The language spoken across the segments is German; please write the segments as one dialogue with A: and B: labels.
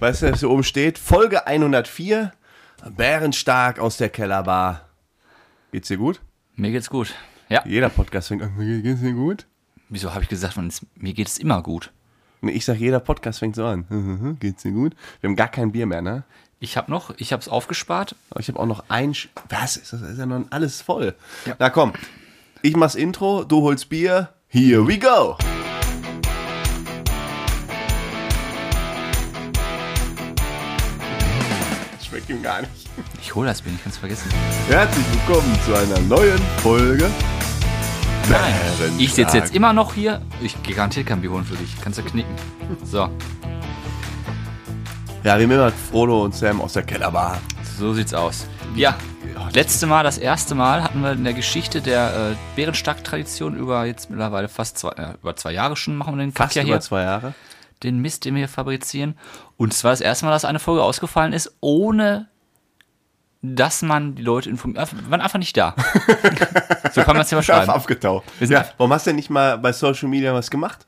A: Weißt du, was hier oben steht? Folge 104, Bärenstark aus der Kellerbar. Geht's dir gut?
B: Mir geht's gut. Ja.
A: Jeder Podcast fängt an, "Ge- geht's dir gut?
B: Wieso habe ich gesagt, man ist, mir geht's immer gut?
A: Nee, ich sag, jeder Podcast fängt so an. "Mhm, geht's dir gut? Wir haben gar kein Bier mehr, ne?
B: Ich habe noch, ich habe es aufgespart.
A: Aber ich habe auch noch ein... Sch was? Ist das ist ja noch alles voll. Na komm, ich mach's Intro, du holst Bier. Here we go! Schmeckt ihm gar nicht.
B: Ich hole das Bier, ich kann's vergessen.
A: Herzlich willkommen zu einer neuen Folge.
B: Nein. Ich sitze
A: Bärenstark.
B: jetzt immer noch hier. Ich geh garantiert kein Bier holen für dich. Kannst du knicken. So,
A: Ja, wir nehmen Frodo und Sam aus der Kellerbar.
B: so sieht's aus. Ja. Letzte Mal, das erste Mal hatten wir in der Geschichte der äh, Bärenstark-Tradition über jetzt mittlerweile fast zwei, äh, über zwei Jahre schon machen wir den Kack
A: Fast
B: ja
A: über
B: hier,
A: zwei Jahre.
B: den Mist, den wir hier fabrizieren. Und es war das erste Mal, dass eine Folge ausgefallen ist, ohne dass man die Leute informiert. Wir waren einfach nicht da. so kann man es ja mal
A: Scharf
B: schreiben.
A: abgetaucht.
B: Wir sind
A: Ja,
B: ab-
A: warum hast du denn nicht mal bei Social Media was gemacht?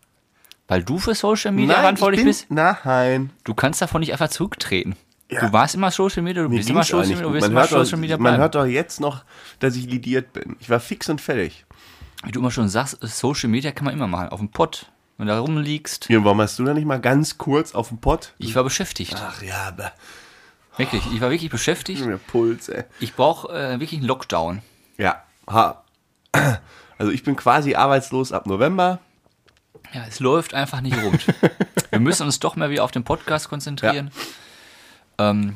B: Weil du für Social Media verantwortlich
A: ich bin,
B: bist,
A: nein.
B: du kannst davon nicht einfach zurücktreten.
A: Ja.
B: Du warst immer Social Media, du
A: Mir
B: bist immer
A: ging's auch
B: Social
A: nicht
B: Media, du
A: gut.
B: wirst
A: Man,
B: immer
A: hört
B: Social Media
A: doch, man
B: bleiben.
A: hört doch jetzt noch, dass ich lidiert bin. Ich war fix und fertig.
B: Wie du immer schon sagst, Social Media kann man immer machen. Auf dem Pott, wenn du da rumliegst.
A: Ja, warum hast du da nicht mal ganz kurz auf den Pott?
B: Ich war beschäftigt.
A: Ach ja, aber-
B: Wirklich, ich war wirklich beschäftigt.
A: mir Puls, ey.
B: Ich brauche äh, wirklich einen Lockdown.
A: Ja, ha. Also ich bin quasi arbeitslos ab November.
B: Ja, es läuft einfach nicht rund. Wir müssen uns doch mehr wieder auf den Podcast konzentrieren. Ähm,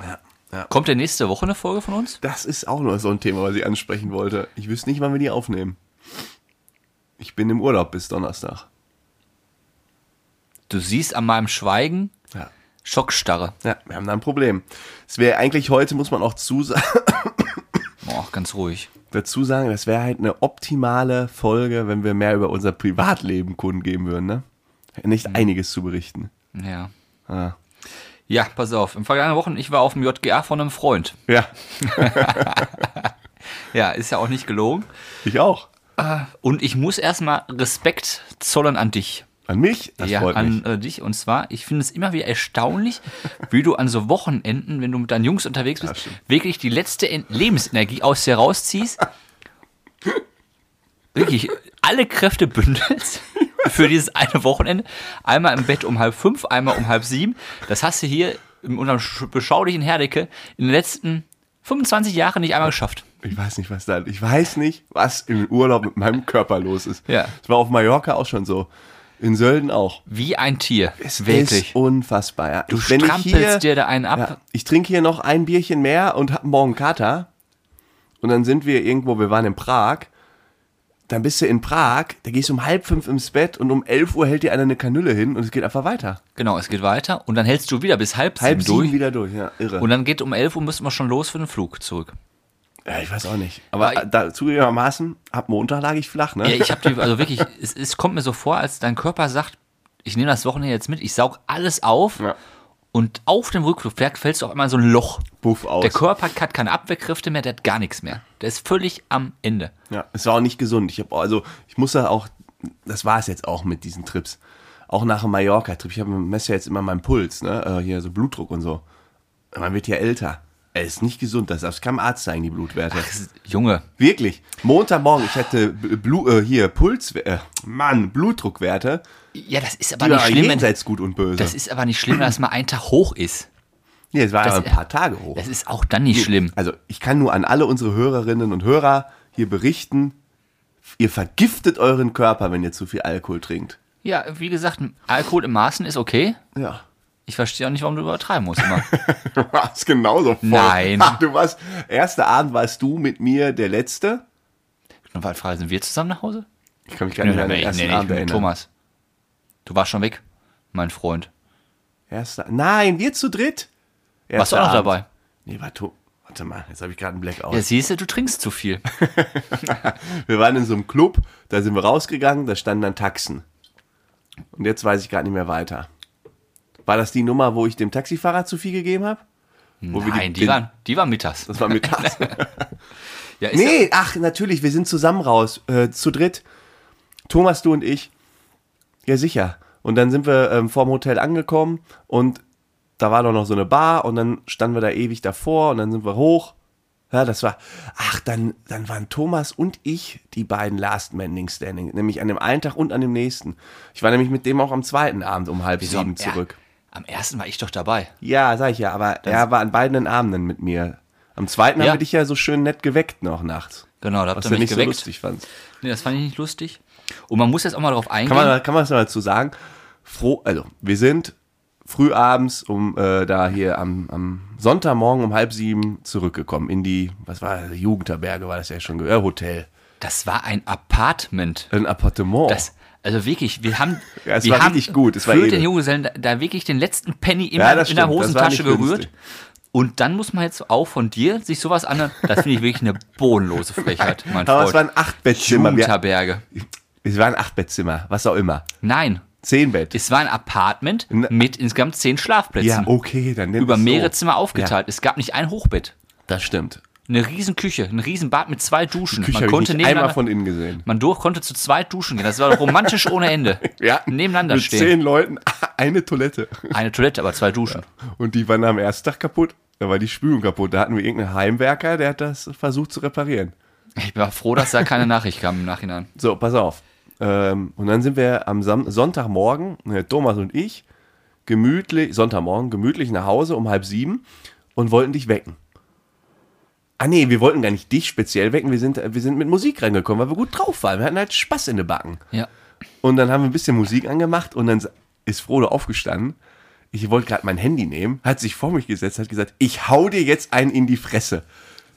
A: ja.
B: Kommt der nächste Woche eine Folge von uns?
A: Das ist auch noch so ein Thema, was ich ansprechen wollte. Ich wüsste nicht, wann wir die aufnehmen. Ich bin im Urlaub bis Donnerstag.
B: Du siehst an meinem Schweigen
A: Ja.
B: Schockstarre.
A: Ja, wir haben da ein Problem. Es wäre eigentlich heute, muss man auch zusa
B: Boah, ganz ruhig.
A: dazu sagen, das wäre halt eine optimale Folge, wenn wir mehr über unser Privatleben kundgeben würden, ne? Nicht
B: Mhm.
A: einiges zu berichten.
B: Ja.
A: Ah.
B: Ja, pass auf. Im vergangenen Wochen, ich war auf dem JGA von einem Freund.
A: Ja,
B: Ja, ist ja auch nicht gelogen.
A: ich auch.
B: Und ich muss erstmal Respekt zollen an dich.
A: An mich? Das
B: ja,
A: freut mich.
B: an äh, dich. Und zwar, ich finde es immer wieder erstaunlich, wie du an so Wochenenden, wenn du mit deinen Jungs unterwegs bist, wirklich die letzte en Lebensenergie aus dir rausziehst. wirklich alle Kräfte bündelst für dieses eine Wochenende. Einmal im Bett um halb fünf, einmal um halb sieben. Das hast du hier in unserem sch- beschaulichen Herdecke in den letzten 25 Jahren nicht einmal geschafft.
A: Ich weiß nicht, was da. Ich weiß nicht, was im Urlaub mit meinem Körper los ist.
B: Ja.
A: Das war auf Mallorca auch schon so. In Sölden auch.
B: Wie ein Tier.
A: Es
B: wirklich.
A: ist unfassbar. Ja.
B: Du
A: Ich-
B: strampelst dir da einen ab.
A: Ja, ich trinke hier noch ein Bierchen mehr und hab morgen Kater. Und dann sind wir irgendwo, wir waren in Prag. Dann bist du in Prag, da gehst du um halb fünf ins Bett und um elf Uhr hält dir einer eine Kanüle hin und es geht einfach weiter.
B: Genau, es geht weiter. Und dann hältst du wieder bis halb,
A: Halb
B: sieben durch.
A: sieben wieder durch, ja, irre.
B: Und dann geht um 11 Uhr müssen wir schon los für den Flug zurück.
A: ja, ich weiß auch nicht. Aber
B: Ja,
A: äh, da, zugegebenermaßen, ab Montag lag ich flach, ne?
B: Ja, ich habe die, also wirklich, es, es kommt mir so vor, als dein Körper sagt, ich nehme das Wochenende jetzt mit, ich saug alles auf
A: Ja.
B: und auf dem Rückflug fährt- fällst du auf einmal in so ein Loch.
A: Puff aus.
B: Der Körper hat keine Abwehrkräfte mehr, der hat gar nichts mehr. Der ist völlig am Ende.
A: Ja, es war auch nicht gesund. Ich habe also, ich muss da auch, das war es jetzt auch mit diesen Trips. Auch nach dem Mallorca-Trip. Ich habe messe ja jetzt immer meinen Puls, ne? Äh, hier so Blutdruck und so. Man wird ja älter. Es ist nicht gesund, das darf kein Arzt zeigen, die Blutwerte.
B: Das ist, Junge,
A: Wirklich. Montagmorgen, ich hatte B- Blu, äh, hier Puls, äh, Mann, Blutdruckwerte.
B: ja, das ist aber
A: Die
B: nicht
A: waren
B: schlimm, wenn,
A: jenseits gut und böse.
B: das ist aber nicht schlimm, wenn das mal einen Tag hoch ist.
A: nee, es war
B: das-
A: aber ein paar Tage hoch.
B: Das ist auch dann nicht schlimm.
A: Also ich kann nur an alle unsere Hörerinnen und Hörer hier berichten, ihr vergiftet euren Körper, wenn ihr zu viel Alkohol trinkt.
B: Ja, wie gesagt, Alkohol im Maßen ist okay.
A: Ja.
B: Ich verstehe auch nicht, warum du übertreiben musst immer.
A: Du warst genauso voll.
B: Nein.
A: Du warst, erster Abend warst du mit mir der letzte.
B: Und war die Frage, sind wir zusammen nach Hause?
A: Ich kann mich gar nicht mehr an den
B: ich,
A: ersten
B: nee, ich
A: Abend
B: bin mit
A: erinnern.
B: Thomas. Du warst schon weg, mein Freund.
A: Erster, nein, wir zu dritt.
B: Warst du
A: Erster
B: auch noch
A: Abend.
B: dabei?
A: Nee, war to Warte mal, jetzt habe ich gerade einen Blackout.
B: Ja, siehst du, du trinkst zu viel.
A: Wir waren in so einem Club, da sind wir rausgegangen, da standen dann Taxen. Und jetzt weiß ich gerade nicht mehr weiter. War das die Nummer, wo ich dem Taxifahrer zu viel gegeben habe? Wo wir
B: Nein, die,
A: den-
B: waren, die waren mittags.
A: Das war mittags.
B: Ja, ist
A: Nee, ach, natürlich, wir sind zusammen raus, äh, zu dritt. Thomas, du und ich. Ja, sicher. Und dann sind wir ähm, vorm Hotel angekommen und da war doch noch so eine Bar und dann standen wir da ewig davor und dann sind wir hoch. Ja, das war, ach, dann, dann waren Thomas und ich die beiden Last Mending Standing, nämlich an dem einen Tag und an dem nächsten. Ich war nämlich mit dem auch am zweiten Abend um halb
B: Wieso?
A: sieben
B: Ja,
A: zurück.
B: am ersten war ich doch dabei.
A: Ja, sag ich ja, aber er war an beiden Abenden mit mir. Am zweiten
B: Ja.
A: haben wir dich ja so schön nett geweckt noch nachts.
B: Genau, da habt
A: Was
B: ihr
A: du
B: mich
A: nicht so
B: geweckt.
A: lustig fandst.
B: nee, das fand ich nicht lustig. Und man muss jetzt auch mal darauf eingehen.
A: Kann man, kann man das mal dazu sagen? Froh, also wir sind frühabends um äh, da hier am, am Sonntagmorgen um halb sieben zurückgekommen in die, was war das, Jugendherberge war das ja schon, äh, Hotel.
B: das war ein Apartment.
A: Ein Appartement.
B: Das, also wirklich, wir haben,
A: Ja, es
B: wir
A: war
B: haben
A: richtig gut, es war
B: für
A: edel.
B: den Junggesellen da, da wirklich den letzten Penny in,
A: Ja,
B: der-
A: das
B: in der
A: stimmt, das war nicht
B: Hosentasche gerührt.
A: günstig.
B: Und dann muss man jetzt auch von dir sich sowas anhören. Das finde ich wirklich eine bodenlose Frechheit, mein
A: aber es
B: Freund.
A: waren acht Bettzimmer. Wir,
B: Jugendherberge.
A: es waren acht Bettzimmer, was auch immer.
B: Nein,
A: Zehn Bett.
B: es war ein Apartment
A: Na-
B: mit insgesamt zehn Schlafplätzen.
A: Ne- ja, okay, dann nimm
B: Über
A: es
B: mehrere
A: so.
B: Zimmer aufgeteilt. Es gab nicht ein Hochbett.
A: Das stimmt.
B: Eine riesen Küche, ein riesen Bad mit zwei Duschen.
A: Küche
B: man
A: habe ich
B: konnte
A: nicht einmal
B: nebeneinander,
A: von innen gesehen.
B: man durch, konnte zu zweit duschen gehen. Das war romantisch ohne Ende.
A: Wir hatten
B: nebeneinander
A: mit
B: stehen.
A: zehn Leuten eine Toilette.
B: Eine Toilette, aber zwei Duschen.
A: Und die waren am ersten Tag kaputt. Da war die Spülung kaputt. Da hatten wir irgendeinen Heimwerker, der hat das versucht zu reparieren.
B: Ich war froh, dass da keine Nachricht kam im Nachhinein.
A: So, pass auf. Ähm, und dann sind wir am Sam Sonntagmorgen, äh, Thomas und ich, gemütlich, Sonntagmorgen, gemütlich nach Hause um halb sieben und wollten dich wecken. Ah nee, wir wollten gar nicht dich speziell wecken, wir sind, wir sind mit Musik reingekommen, weil wir gut drauf waren. Wir hatten halt Spaß in den Backen.
B: Ja.
A: Und dann haben wir ein bisschen Musik angemacht und dann ist Frodo aufgestanden. Ich wollte gerade mein Handy nehmen, hat sich vor mich gesetzt, hat gesagt, ich hau dir jetzt einen in die Fresse.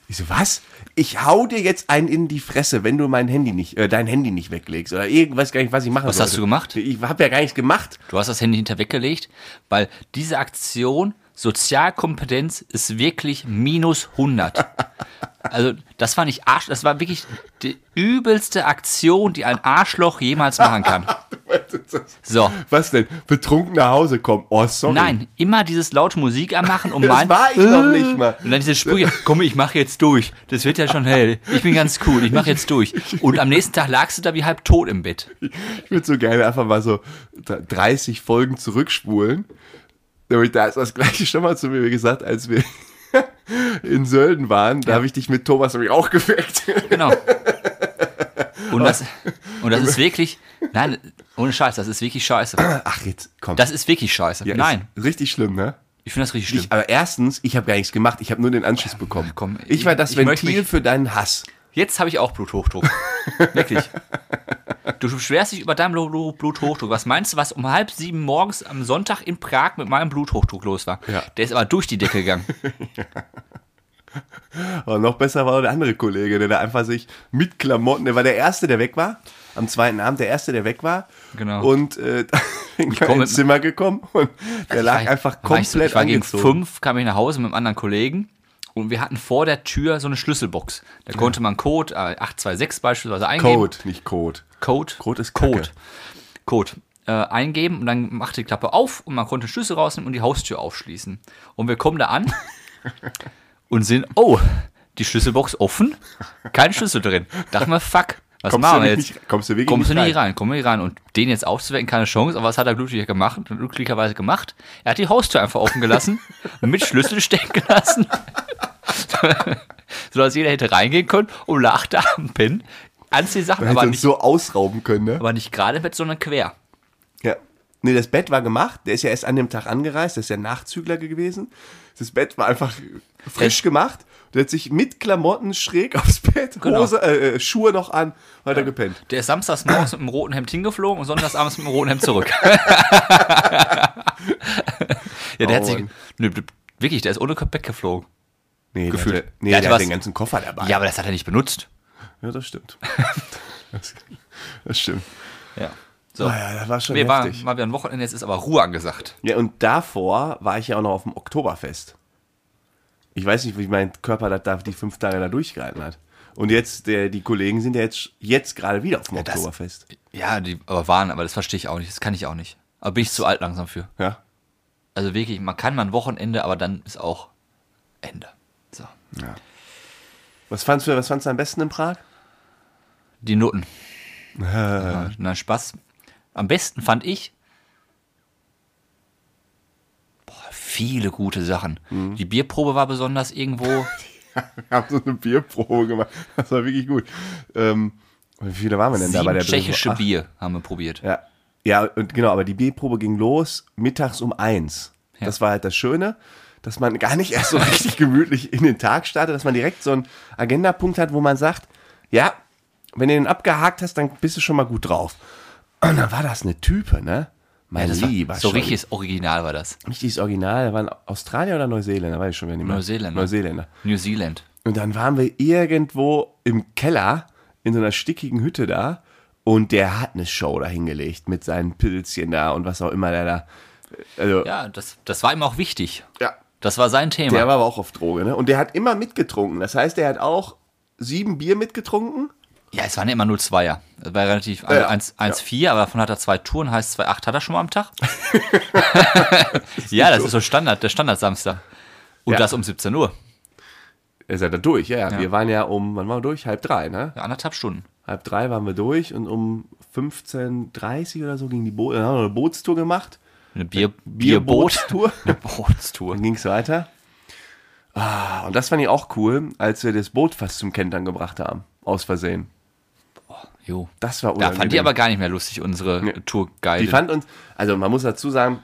A: Ich so, was? Ich hau dir jetzt einen in die Fresse, wenn du mein Handy nicht, äh, dein Handy nicht weglegst oder irgendwas gar nicht, was ich machen
B: Was hast
A: sollte.
B: du gemacht?
A: Ich habe ja gar nichts gemacht.
B: Du hast das Handy hinter weggelegt, weil diese Aktion Sozialkompetenz ist wirklich minus 100. Also, das war nicht Arsch, das war wirklich die übelste Aktion, die ein Arschloch jemals machen kann. So.
A: Was denn? Betrunken nach Hause kommen. Oh, sorry.
B: Nein, Äh. immer dieses laute Musik anmachen und
A: Das
B: meinen.
A: war ich noch nicht mal.
B: Und dann diese Sprüche, komm, ich mach jetzt durch. Das wird ja schon hell. Ich bin ganz cool, ich mach jetzt durch. Und am nächsten Tag lagst du da wie halb tot im Bett.
A: Ich würde so gerne einfach mal so 30 Folgen zurückspulen. Damit da ist das gleiche schon mal zu mir gesagt, als wir in Sölden waren. Da habe ich dich mit Thomas nämlich auch geweckt.
B: Genau. Und das, und das ist wirklich, nein, ohne Scheiß, das ist wirklich scheiße.
A: Ach, jetzt komm.
B: Das ist wirklich scheiße.
A: Ja,
B: nein,
A: Ist richtig schlimm, ne?
B: ich finde das richtig schlimm.
A: Ich, aber erstens, ich habe gar nichts gemacht. Ich habe nur den Anschluss bekommen.
B: komm,
A: ich war das
B: ich möchte
A: Ventil
B: mich-
A: für deinen Hass.
B: Jetzt habe ich auch Bluthochdruck. wirklich. Du beschwerst dich über deinen Blu- Blu- Bluthochdruck. Was meinst du, was um halb sieben morgens am Sonntag in Prag mit meinem Bluthochdruck los war?
A: Ja.
B: Der ist aber durch die Decke gegangen.
A: Aber noch besser war der andere Kollege, der da einfach sich mit Klamotten, der war der Erste, der weg war. Am zweiten Abend der Erste, der weg war.
B: Genau.
A: Und äh, ich bin
B: komm mit-
A: ins Zimmer gekommen und der lag
B: Ich war-
A: einfach
B: war ich so-
A: komplett
B: Ich war gegen
A: angezogen.
B: fünf, kam ich nach Hause mit einem anderen Kollegen und wir hatten vor der Tür so eine Schlüsselbox. Da konnte man Code äh, 826 beispielsweise eingeben.
A: Code, nicht Code.
B: Code.
A: Code ist
B: Code.
A: Kacke.
B: Code. Äh, eingeben und dann macht die Klappe auf und man konnte den Schlüssel rausnehmen und die Haustür aufschließen. Und wir kommen da an und sehen, oh, die Schlüsselbox offen, kein Schlüssel drin. Dachten wir, fuck, was
A: Kommst
B: machen
A: du
B: wir Genau, jetzt?
A: nicht- kommst du wirklich
B: kommst du
A: nicht
B: nicht rein? Kommst du nicht rein? Und den jetzt aufzuwecken, keine Chance. Aber was hat er glücklicher gemacht, glücklicherweise gemacht? Er hat die Haustür einfach offen gelassen, mit Schlüssel stecken lassen sodass jeder hätte reingehen können und lachte am Pin. Anzieh Sachen,
A: Hätte
B: aber
A: uns
B: nicht,
A: so ausrauben können, ne?
B: aber nicht gerade im Bett, sondern quer.
A: Ja. Nee, das Bett war gemacht. Der ist ja erst an dem Tag angereist. Der ist ja Nachzügler gewesen. Das Bett war einfach frisch gemacht. Der hat sich mit Klamotten schräg aufs Bett,
B: Genau.
A: Hose, äh, äh, Schuhe noch an, weiter gepennt.
B: Der ist samstags morgens mit dem roten Hemd hingeflogen und sonntags abends mit dem roten Hemd zurück. ja, der hat
A: Oh
B: sich.
A: Mann.
B: Nö, wirklich, der ist ohne Gepäck geflogen.
A: Nee,
B: Gefühlt.
A: Der hatte, nee,
B: Der
A: der
B: hatte
A: hat
B: was-
A: den ganzen Koffer dabei.
B: Ja, aber das hat er nicht benutzt.
A: Ja, das stimmt. das, das stimmt.
B: Ja. So.
A: Naja, Ah, das war schon
B: Wir waren
A: heftig.
B: mal wieder ein Wochenende, jetzt ist aber Ruhe angesagt.
A: Ja, und davor war ich ja auch noch auf dem Oktoberfest. Ich weiß nicht, wie mein Körper das da die fünf Tage da durchgehalten hat. Und jetzt, der, die Kollegen sind ja jetzt, jetzt gerade wieder auf dem
B: das-
A: Oktoberfest.
B: Ja, die aber waren, aber das verstehe ich auch nicht. Das kann ich auch nicht. Aber bin ich zu alt langsam für.
A: Ja.
B: Also wirklich, man kann mal ein Wochenende, aber dann ist auch Ende. So.
A: Was fandst du, was fandst du am besten in Prag?
B: Die Noten.
A: Ah.
B: Na, na, Spaß. Am besten fand ich. Boah, viele gute Sachen.
A: Mhm.
B: Die Bierprobe war besonders irgendwo.
A: Wir haben so eine Bierprobe gemacht. Das war wirklich gut. Ähm, wie viele waren wir denn da bei
B: Sieben
A: der
B: tschechische
A: Bierprobe?
B: Bier haben wir probiert.
A: Ja, ja und genau, aber die Bierprobe ging los mittags um eins.
B: Ja.
A: Das war halt das Schöne, dass man gar nicht erst so richtig gemütlich in den Tag startet, dass man direkt so einen Agendapunkt hat, wo man sagt, ja, wenn du den abgehakt hast, dann bist du schon mal gut drauf. Und dann war das eine Type, ne? Mein
B: Das
A: lieber
B: war, so
A: Scholli.
B: richtiges Original war das.
A: Richtiges Original, da waren Australier oder Neuseeländer, weiß ich schon wieder nicht mehr.
B: Neuseeländer.
A: Neuseeländer.
B: New Zealand.
A: Und dann waren wir irgendwo im Keller in so einer stickigen Hütte da und der hat eine Show da hingelegt mit seinen Pilzchen da und was auch immer der da. Also,
B: Ja, das, das war ihm auch wichtig.
A: ja.
B: Das war sein Thema.
A: Der war aber auch auf Droge, ne? Und der hat immer mitgetrunken. Das heißt, der hat auch sieben Bier mitgetrunken.
B: ja, es waren ja immer nur Zweier. Das war relativ
A: Ja,
B: 1-4, aber davon hat er zwei Touren, heißt 2-8 hat er schon mal am Tag. ja, das ist so Standard, der Standard-Samstag. Und
A: Ja.
B: das um 17 Uhr.
A: Er seid da durch, ja, ja. Wir waren ja um, wann waren wir durch? Halb drei, ne?
B: Ja, anderthalb Stunden.
A: Halb drei waren wir durch und um 15.30 oder so ging die Bo dann haben wir eine Bootstour gemacht.
B: Eine Bier, Bierboot.
A: Bierbootstour.
B: Eine Bootstour.
A: Dann ging es weiter. Ah, und das fand ich auch cool, als wir das Boot fast zum Kentern gebracht haben. Aus Versehen.
B: Jo.
A: Das war
B: Da
A: unangenehm.
B: fand die aber gar nicht mehr lustig, unsere Tourguide.
A: Die fand uns, also man muss dazu sagen,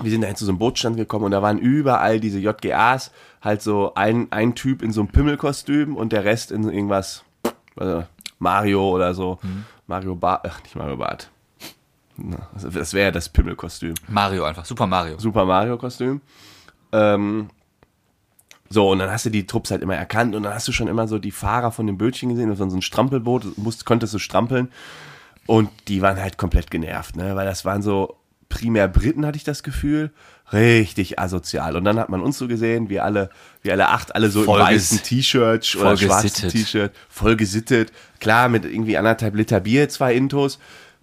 A: wir sind da zu so einem Bootstand gekommen und da waren überall diese JGAs, halt so ein, ein Typ in so einem Pimmelkostüm und der Rest in irgendwas, also Mario oder so.
B: Mhm.
A: Mario Bart, ach, nicht Mario Bart. Na, Das wäre ja das Pimmelkostüm.
B: Mario einfach, Super Mario.
A: Super Mario Kostüm. Ähm, so, und dann hast du die Trupps halt immer erkannt und dann hast du schon immer so die Fahrer von dem Bötchen gesehen, das war so ein Strampelboot, musst, konntest du strampeln. Und die waren halt komplett genervt, ne? weil das waren so primär Briten, hatte ich das Gefühl. Richtig asozial. Und dann hat man uns so gesehen, wir alle, wir alle acht, alle so
B: Voll
A: im weißen
B: ges-
A: T-Shirt oder
B: voll
A: schwarzen
B: gesittet.
A: T-Shirt, voll gesittet. Klar, mit irgendwie anderthalb Liter Bier, zwei Intos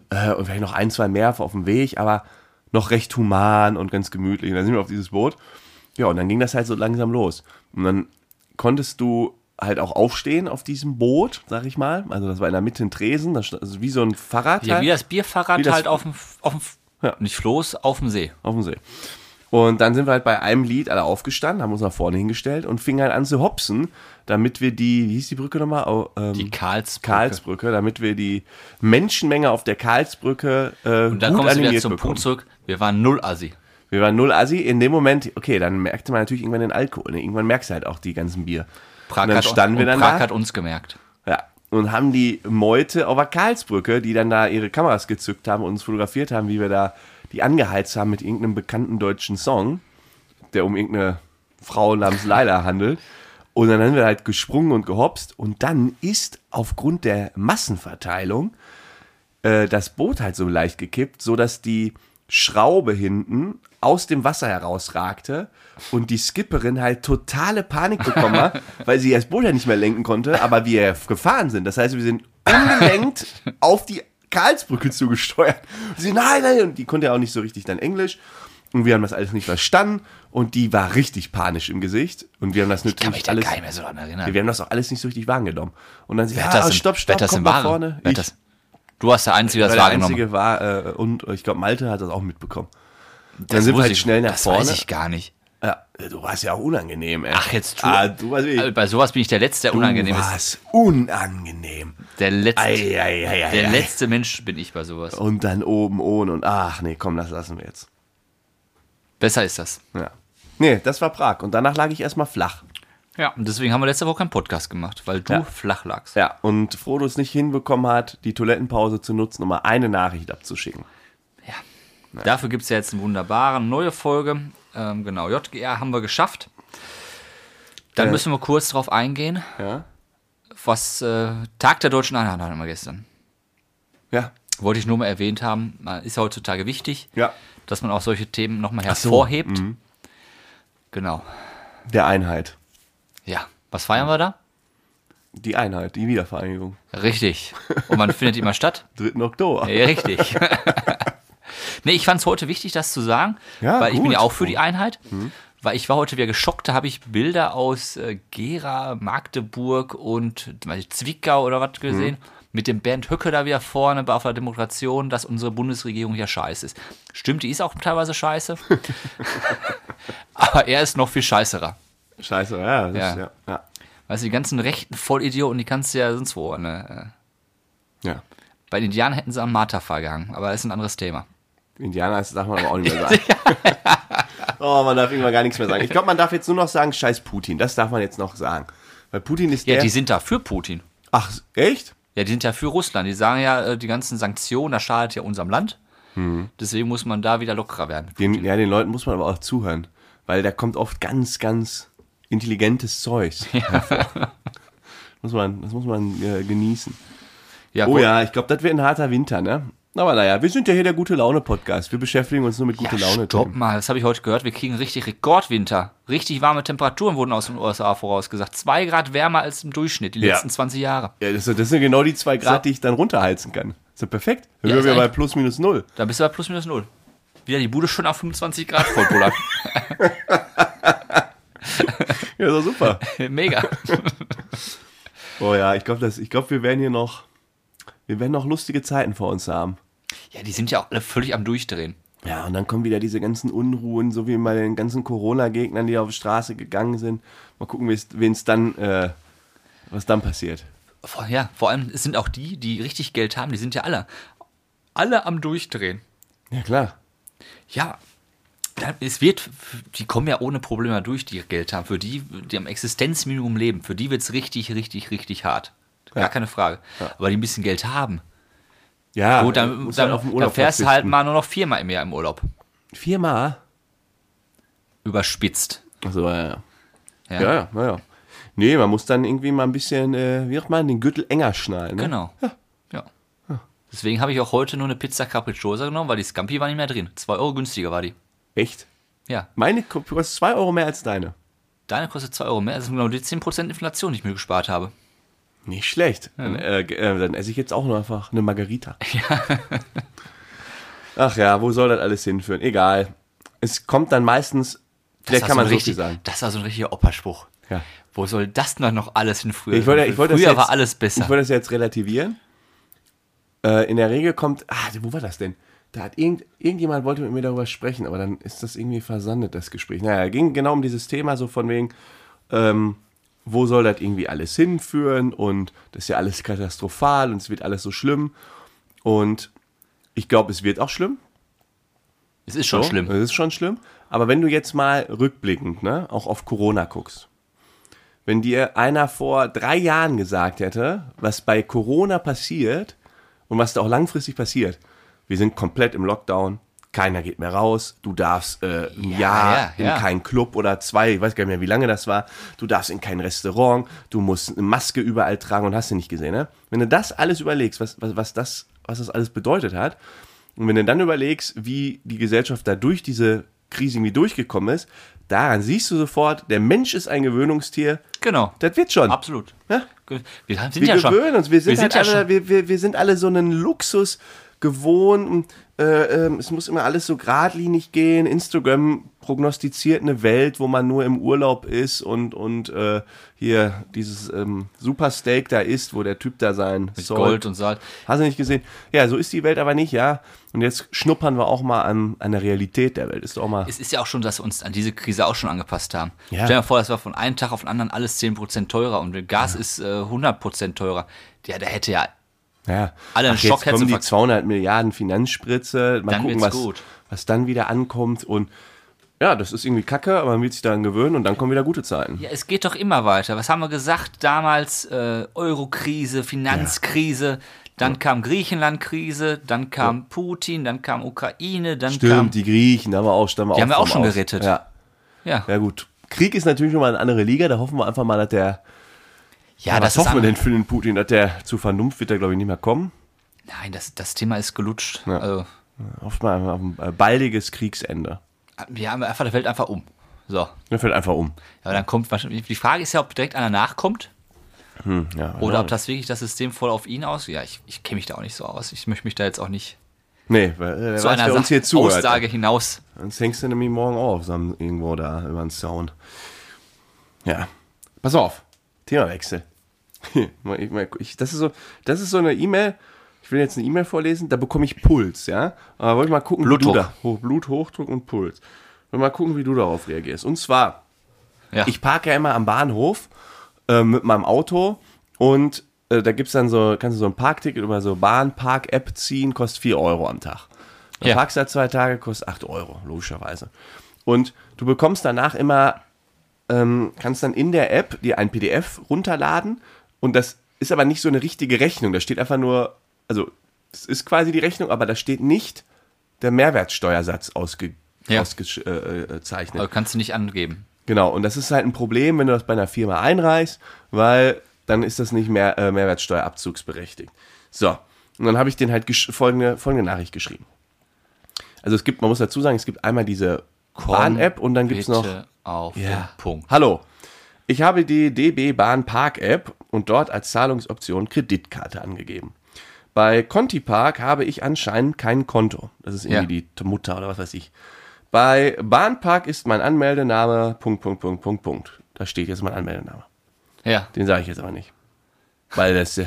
A: äh, und vielleicht noch ein, zwei mehr auf dem Weg, aber noch recht human und ganz gemütlich. Und dann sind wir auf dieses Boot. Ja, und dann ging das halt so langsam los. Und dann konntest du halt auch aufstehen auf diesem Boot, sag ich mal. Also das war in der Mitte ein Tresen, das sta- also wie so ein Fahrrad
B: Ja,
A: halt
B: wie das Bierfahrrad
A: Wie das-
B: halt auf dem, auf dem
A: Ja.
B: nicht Floß, auf dem See.
A: auf dem See. Und dann sind wir halt bei einem Lied alle aufgestanden, haben uns nach vorne hingestellt und fingen halt an zu hopsen, damit wir die, wie hieß die Brücke nochmal? Oh, ähm,
B: Die Karlsbrücke.
A: Karlsbrücke, damit wir die Menschenmenge auf der Karlsbrücke äh,
B: Und dann
A: gut
B: kommst du wieder
A: animiert
B: zum
A: bekommen.
B: Punkt zurück. Wir waren null Assi.
A: Wir waren null Assi. In dem Moment, okay, dann merkte man natürlich irgendwann den Alkohol. Ne? Irgendwann merkst du halt auch die ganzen Bier.
B: Prag
A: und dann
B: hat,
A: standen wir
B: und
A: dann
B: Prag
A: da.
B: hat uns gemerkt.
A: Ja. Und haben die Meute auf der Karlsbrücke, die dann da ihre Kameras gezückt haben und uns fotografiert haben, wie wir da die angeheizt haben mit irgendeinem bekannten deutschen Song, der um irgendeine Frau namens Leila handelt. Und dann haben wir halt gesprungen und gehopst. Und dann ist aufgrund der Massenverteilung äh, das Boot halt so leicht gekippt, sodass die Schraube hinten aus dem Wasser herausragte und die Skipperin halt totale Panik bekommen hat, weil sie das Boot ja nicht mehr lenken konnte, aber wir gefahren sind. Das heißt, wir sind ungelenkt auf die Karlsbrücke zugesteuert. Und sie, nein, nein, und die konnte ja auch nicht so richtig dann Englisch. Und wir haben das alles nicht verstanden und die war richtig panisch im Gesicht. Und wir haben das
B: Kann mich
A: natürlich
B: da
A: alles.
B: gar nicht mehr so ne? dran erinnern.
A: Wir haben das auch alles nicht so richtig wahrgenommen. Und dann sie,
B: Wer hat das
A: ja,
B: denn-
A: stopp, stopp,
B: wer hat das
A: komm
B: denn
A: nach
B: wahren?
A: vorne.
B: Wer hat
A: Ich-
B: das, du warst der Einzige, der das
A: weil der
B: wahrgenommen hat.
A: einzige war äh, und ich glaube Malte hat das auch mitbekommen.
B: Das
A: Dann sind wir
B: wusste
A: halt
B: ich-
A: schnell nach
B: das
A: vorne.
B: weiß ich gar nicht.
A: Ja, du warst ja auch unangenehm, ey.
B: Ach, jetzt tu.
A: Ah, du warst wirklich,
B: Also bei sowas bin ich der Letzte, der unangenehm
A: du
B: ist.
A: warst unangenehm.
B: Der Letzte,
A: Ei, ei, ei, ei,
B: der
A: ei. Oh.
B: letzte Mensch bin ich bei sowas.
A: Und dann oben ohne und ach nee, komm, das lassen wir jetzt.
B: Besser ist das.
A: Ja. Nee, das war Prag und danach lag ich erstmal flach.
B: Ja. Und deswegen haben wir letzte Woche keinen Podcast gemacht, weil du
A: Ja.
B: flach lagst.
A: Ja, und Frodo es nicht hinbekommen hat, die Toilettenpause zu nutzen, um mal eine Nachricht abzuschicken.
B: Ja. Dafür gibt es ja jetzt eine wunderbare neue Folge. Ähm, genau, JGR haben wir geschafft. Dann
A: Äh.
B: müssen wir kurz drauf eingehen,
A: Ja?
B: was äh, Tag der deutschen Einheit hatten wir gestern.
A: Ja.
B: Wollte ich nur mal erwähnt haben, äh, ist ja heutzutage wichtig,
A: Ja.
B: dass man auch solche Themen nochmal
A: so, Mhm.
B: hervorhebt. Genau.
A: Der Einheit.
B: Ja. Was feiern wir da?
A: Die Einheit, die Wiedervereinigung.
B: Richtig. Und wann findet die mal statt?
A: 3. Oktober.
B: Ja, richtig. nee, ich fand es heute wichtig, das zu sagen,
A: Ja,
B: weil ich bin
A: gut. Mhm.
B: ja auch für die Einheit. Weil ich war heute wieder geschockt, da habe ich Bilder aus äh, Gera, Magdeburg und weiß ich, Zwickau oder was gesehen.
A: Mhm.
B: Mit dem Bernd Höcke da wieder vorne bei auf der Demonstration, dass unsere Bundesregierung ja scheiße ist. Stimmt, die ist auch teilweise scheiße. Aber er ist noch viel scheißerer.
A: Scheiße, ja. Das
B: Ja.
A: Ist, ja, ja.
B: Weißt du, die ganzen rechten Vollidioten, die kannst du ja sonst wo. Ne?
A: ja.
B: Bei den Indianern hätten sie am Marterfall gehangen, aber das ist ein anderes Thema.
A: Indianer ist, darf man aber auch nicht mehr sagen. oh, man darf irgendwann gar nichts mehr sagen. Ich glaube, man darf jetzt nur noch sagen, scheiß Putin. Das darf man jetzt noch sagen. Weil Putin ist
B: Ja,
A: der...
B: die sind da für Putin.
A: Ach, echt?
B: Ja, die sind ja für Russland. Die sagen ja, äh, die ganzen Sanktionen, das schadet ja unserem Land.
A: Hm.
B: Deswegen muss man da wieder lockerer werden.
A: Den, ja, den Leuten muss man aber auch zuhören. Weil da kommt oft ganz, ganz intelligentes Zeugs hervor. Muss man, das muss man äh, genießen.
B: Ja,
A: Oh
B: gut.
A: ja, ich glaube, das wird ein harter Winter, ne? Aber naja, wir sind ja hier der gute Laune-Podcast. Wir beschäftigen uns nur mit gute
B: ja,
A: Laune.
B: stopp mal, das habe ich heute gehört. Wir kriegen richtig Rekordwinter. Richtig warme Temperaturen wurden aus den USA vorausgesagt. Zwei Grad wärmer als im Durchschnitt die
A: Ja.
B: letzten 20 Jahre.
A: Ja, das, das sind genau die zwei Grad,
B: So.
A: die ich dann runterheizen kann. Ist ja perfekt. Dann
B: Ja,
A: wären
B: ist
A: wir bei
B: eigentlich-
A: plus minus null.
B: Da bist du bei plus minus null. Wieder die Bude schon auf 25 Grad voll, Bullard.
A: Ja, so super.
B: Mega.
A: Oh ja, ich glaube, glaub, wir werden hier noch, wir werden noch lustige Zeiten vor uns haben.
B: Ja, die sind ja auch alle völlig am Durchdrehen.
A: Ja, und dann kommen wieder diese ganzen Unruhen, so wie bei den ganzen Corona-Gegnern, die auf die Straße gegangen sind. Mal gucken, wen es dann, äh, was dann passiert.
B: Vor- Ja, vor allem es sind auch die, die richtig Geld haben, die sind ja alle. Alle am Durchdrehen.
A: Ja, klar.
B: Ja, dann- es wird, die kommen ja ohne Probleme durch, die Geld haben. Für die, die am Existenzminimum leben, für die wird es richtig, richtig, richtig hart. Gar
A: Ja.
B: keine Frage. Aber die ein bisschen Geld haben.
A: Ja, äh,
B: Gut, dann,
A: muss
B: dann,
A: man auf den
B: dann
A: Urlaub
B: fährst du halt
A: verzichten.
B: mal nur noch viermal im Jahr im Urlaub.
A: Viermal?
B: Überspitzt.
A: Achso, ja, ja. Ja,
B: Ja.
A: ja, ja. ja. Nee, man muss dann irgendwie mal ein bisschen, äh, wie auch mal, den Gürtel enger schnallen. Ne?
B: Genau. Ja. Deswegen habe ich auch heute nur eine Pizza Capricciosa genommen, weil die Scampi war nicht mehr drin. Zwei Euro günstiger war die.
A: Echt?
B: Ja.
A: Meine ko- kostet 2 Euro mehr als deine.
B: Deine kostet zwei Euro mehr. Das sind genau die 10% Inflation, die ich mir gespart habe.
A: Nicht schlecht. Dann, äh, ge- äh, dann esse ich jetzt auch nur einfach eine Margarita. Ach ja, wo soll das alles hinführen? Egal. Es kommt dann meistens, vielleicht
B: war
A: kann
B: so
A: man
B: ein
A: so
B: richtig,
A: viel sagen.
B: Das war so ein richtiger Opperspruch.
A: Ja.
B: Wo soll das denn noch alles hin früher?
A: Ich wollte, ich wollte das
B: früher
A: jetzt,
B: war alles besser.
A: Ich wollte das jetzt relativieren. Äh, in der Regel kommt, ah, wo war das denn? Da hat irgend, irgendjemand wollte mit mir darüber sprechen, aber dann ist das irgendwie versandet, das Gespräch. Naja, ging genau um dieses Thema, so von wegen, ähm, wo soll das irgendwie alles hinführen und das ist ja alles katastrophal und es wird alles so schlimm. Und ich glaube, es wird auch schlimm.
B: es ist schon
A: So, Äh,
B: schlimm.
A: Es ist schon schlimm. Aber wenn du jetzt mal rückblickend, ne, auch auf Corona guckst, wenn dir einer vor drei Jahren gesagt hätte, was bei Corona passiert und was da auch langfristig passiert, wir sind komplett im Lockdown, keiner geht mehr raus, du darfst äh, ein
B: Ja,
A: Jahr
B: ja,
A: in
B: ja.
A: keinen Club oder zwei, ich weiß gar nicht mehr, wie lange das war, du darfst in kein Restaurant, du musst eine Maske überall tragen und hast du nicht gesehen, ne? Wenn du das alles überlegst, was, was, was, das, was das alles bedeutet hat, und wenn du dann überlegst, wie die Gesellschaft da durch diese Krise irgendwie durchgekommen ist, daran siehst du sofort, der Mensch ist ein Gewöhnungstier.
B: Genau.
A: Das wird schon.
B: Absolut.
A: Ja?
B: Ge- Wir haben- sind
A: Wir
B: ja schon.
A: gewöhnen uns, wir sind, halt
B: ja
A: alle,
B: schon.
A: wir, wir, wir sind alle so einen Luxus gewohnt. und, Äh, ähm, es muss immer alles so geradlinig gehen. Instagram prognostiziert eine Welt, wo man nur im Urlaub ist und, und äh, hier dieses ähm, Supersteak da ist, wo der Typ da sein soll.
B: Gold und Salz.
A: Hast du nicht gesehen? Ja, so ist die Welt aber nicht, ja. Und jetzt schnuppern wir auch mal an, an der Realität der Welt. Ist doch auch mal.
B: Es ist ja auch schon, dass wir uns an diese Krise auch schon angepasst haben.
A: Ja.
B: Stell dir mal vor, das war von einem Tag auf den anderen alles 10% teurer und Gas ist äh, 100% teurer. Ja, der hätte ja
A: ja.
B: alle einen
A: Ach, jetzt kommen die
B: Schockherzinfarkt.
A: 200 Milliarden Finanzspritze. Mal
B: Dann
A: gucken,
B: wird's
A: was,
B: gut.
A: was dann wieder ankommt. Und ja, das ist irgendwie kacke, aber man wird sich daran gewöhnen und dann kommen wieder gute Zeiten.
B: Ja, es geht doch immer weiter. Was haben wir gesagt damals? Äh, Euro-Krise, Finanzkrise, dann kam Griechenland-Krise, dann kam Putin, dann kam Ukraine, dann
A: Stimmt, die Griechen, da haben wir auch, da haben wir auch
B: haben wir auch
A: vom
B: schon
A: aus.
B: gerettet.
A: Ja.
B: kam. Ja, ja,
A: ja, gut. Krieg ist natürlich schon mal eine andere Liga. Da hoffen wir einfach mal, dass der. was
B: ist
A: hoffen wir
B: an-
A: denn für den Putin? Dass der zu Vernunft wird, der glaube ich nicht mehr kommen.
B: Nein, das, das Thema ist gelutscht.
A: Ja.
B: Also,
A: Hoffen wir auf ein äh, baldiges Kriegsende.
B: wir haben einfach, der fällt einfach um. So. Ja,
A: Der fällt einfach um.
B: aber dann kommt wahrscheinlich. Die Frage ist ja, ob direkt einer nachkommt
A: Ja,
B: oder ob das wirklich das System voll auf ihn aus. Ja, ich, ich kenne mich da auch nicht so aus. Ich möchte mich da jetzt auch nicht
A: Nee, weil, äh, wer
B: zu
A: weiß,
B: einer
A: wer uns hier
B: Sach-
A: zuhört.
B: Aussage hinaus.
A: Sonst hängst du nämlich morgen auch so am- irgendwo da über den Zaun. Ja. Pass auf. Themawechsel. Mal- ich- mal- ich- das, ist so, das ist so eine E-Mail. Ich will jetzt eine E-Mail vorlesen, da bekomme ich Puls, ja. Aber wollte ich mal gucken, wie du
B: Blutdruck.
A: da. Hoch, Bluthochdruck und Puls. Wir mal gucken, wie du darauf reagierst. Und zwar,
B: Ja.
A: ich parke ja immer am Bahnhof äh, mit meinem Auto und äh, da gibt's dann so, kannst du so ein Parkticket über so Bahnpark-App ziehen, kostet 4 Euro am Tag. Du
B: Ja.
A: parkst da zwei Tage, kostet 8 Euro, logischerweise. Und du bekommst danach immer, ähm, kannst dann in der App dir ein PDF runterladen und das ist aber nicht so eine richtige Rechnung. Da steht einfach nur, also es ist quasi die Rechnung, aber da steht nicht der Mehrwertsteuersatz ausge, äh,
B: Ja. Also
A: ausgezeichnet.
B: Aber kannst du nicht angeben.
A: Genau, und das ist halt ein Problem, wenn du das bei einer Firma einreichst, weil dann ist das nicht mehr äh, Mehrwertsteuerabzugsberechtigt. So, und dann habe ich den halt gesch- folgende, folgende Nachricht geschrieben. Also es gibt, man muss dazu sagen, es gibt einmal diese Bahn-App und dann gibt es noch
B: Bitte auf
A: ja.
B: den Punkt.
A: Hallo. Ich habe die DB Bahn Park App und dort als Zahlungsoption Kreditkarte angegeben. Bei Conti Park habe ich anscheinend kein Konto. Das ist irgendwie die T- Mutter oder was weiß ich. Bei Bahnpark ist mein Anmeldename Punkt, Punkt, Punkt, Punkt, Punkt. Da steht jetzt mein Anmeldename.
B: Ja.
A: Den sage ich jetzt aber nicht. Weil das ja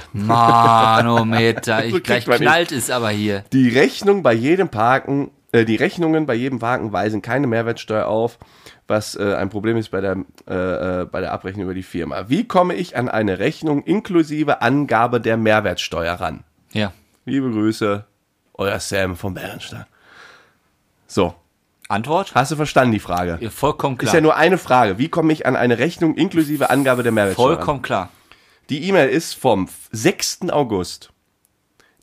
A: So
B: Manometer, oh, ich
A: kriegt
B: gleich
A: man ihn.
B: knallt es aber hier.
A: Die Rechnung bei jedem Parken, äh, die Rechnungen bei jedem Parken weisen keine Mehrwertsteuer auf, was äh, ein Problem ist bei der, äh, äh, bei der Abrechnung über die Firma. Wie komme ich an eine Rechnung inklusive Angabe der Mehrwertsteuer ran?
B: Ja.
A: Liebe Grüße, euer Sam von Bernstein. So,
B: Antwort?
A: hast du verstanden die Frage?
B: Ja, vollkommen
A: Ist
B: klar.
A: ja nur eine Frage. Wie komme ich an eine Rechnung inklusive Angabe der Mehrwertsteuer? ran?
B: vollkommen klar.
A: Die E-Mail ist vom 6. August.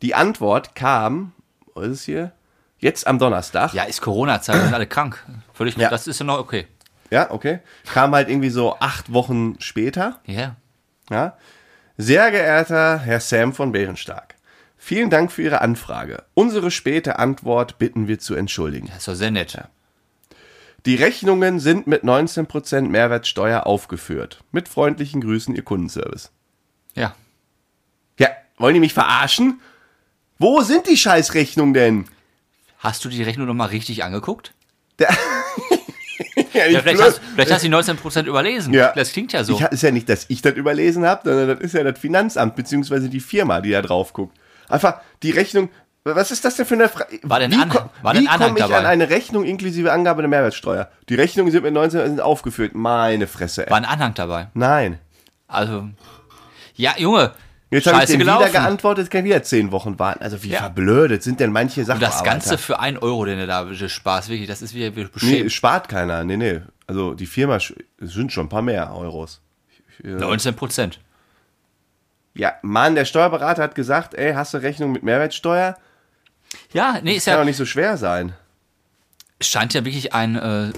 A: Die Antwort kam, was ist es hier? Jetzt am Donnerstag.
B: Ja, ist Corona-Zeit, wir sind alle krank. Völlig
A: Ja.
B: Das ist ja noch okay.
A: Ja, okay. Kam halt irgendwie so acht Wochen später.
B: Ja.
A: Ja. Sehr geehrter Herr Sam von Bärenstark, vielen Dank für Ihre Anfrage. Unsere späte Antwort bitten wir zu entschuldigen.
B: Das ist doch sehr nett.
A: Die Rechnungen sind mit 19% Mehrwertsteuer aufgeführt. Mit freundlichen Grüßen, Ihr Kundenservice.
B: ja.
A: Ja, wollen die mich verarschen? Wo sind die Scheißrechnungen denn?
B: Hast du die Rechnung nochmal richtig angeguckt?
A: Ja,
B: Ja, vielleicht, hast, vielleicht hast du die 19% überlesen.
A: Ja.
B: Das klingt ja so.
A: Ich, ist ja nicht, dass ich das überlesen habe, sondern das ist ja das Finanzamt beziehungsweise die Firma, die da drauf guckt. Einfach die Rechnung. Was ist das denn für eine Frage?
B: War denn Anhang- war denn
A: wie
B: Anhang
A: komme ich
B: dabei?
A: an eine Rechnung inklusive Angabe der Mehrwertsteuer? Die Rechnungen sind mit 19 sind aufgeführt. Meine Fresse. Ey.
B: War ein Anhang dabei.
A: Nein.
B: Also. Ja, Junge.
A: Jetzt habe ich
B: scheiße
A: dem
B: gelaufen.
A: wieder geantwortet, jetzt kann ich wieder zehn Wochen warten. Also wie verblödet sind denn manche Sachen?
B: das Ganze für 1 Euro, den du da das Spaß, wirklich, das ist wieder
A: Nee,
B: beschämt.
A: es spart keiner. Nee, nee. Also die Firma, sch- es sind schon ein paar mehr Euros.
B: 19%.
A: Ja, Mann, der Steuerberater hat gesagt, ey, hast du Rechnung mit Mehrwertsteuer?
B: Ja, nee, ist
A: Kann
B: ja,
A: doch nicht so schwer sein.
B: scheint ja wirklich ein, äh,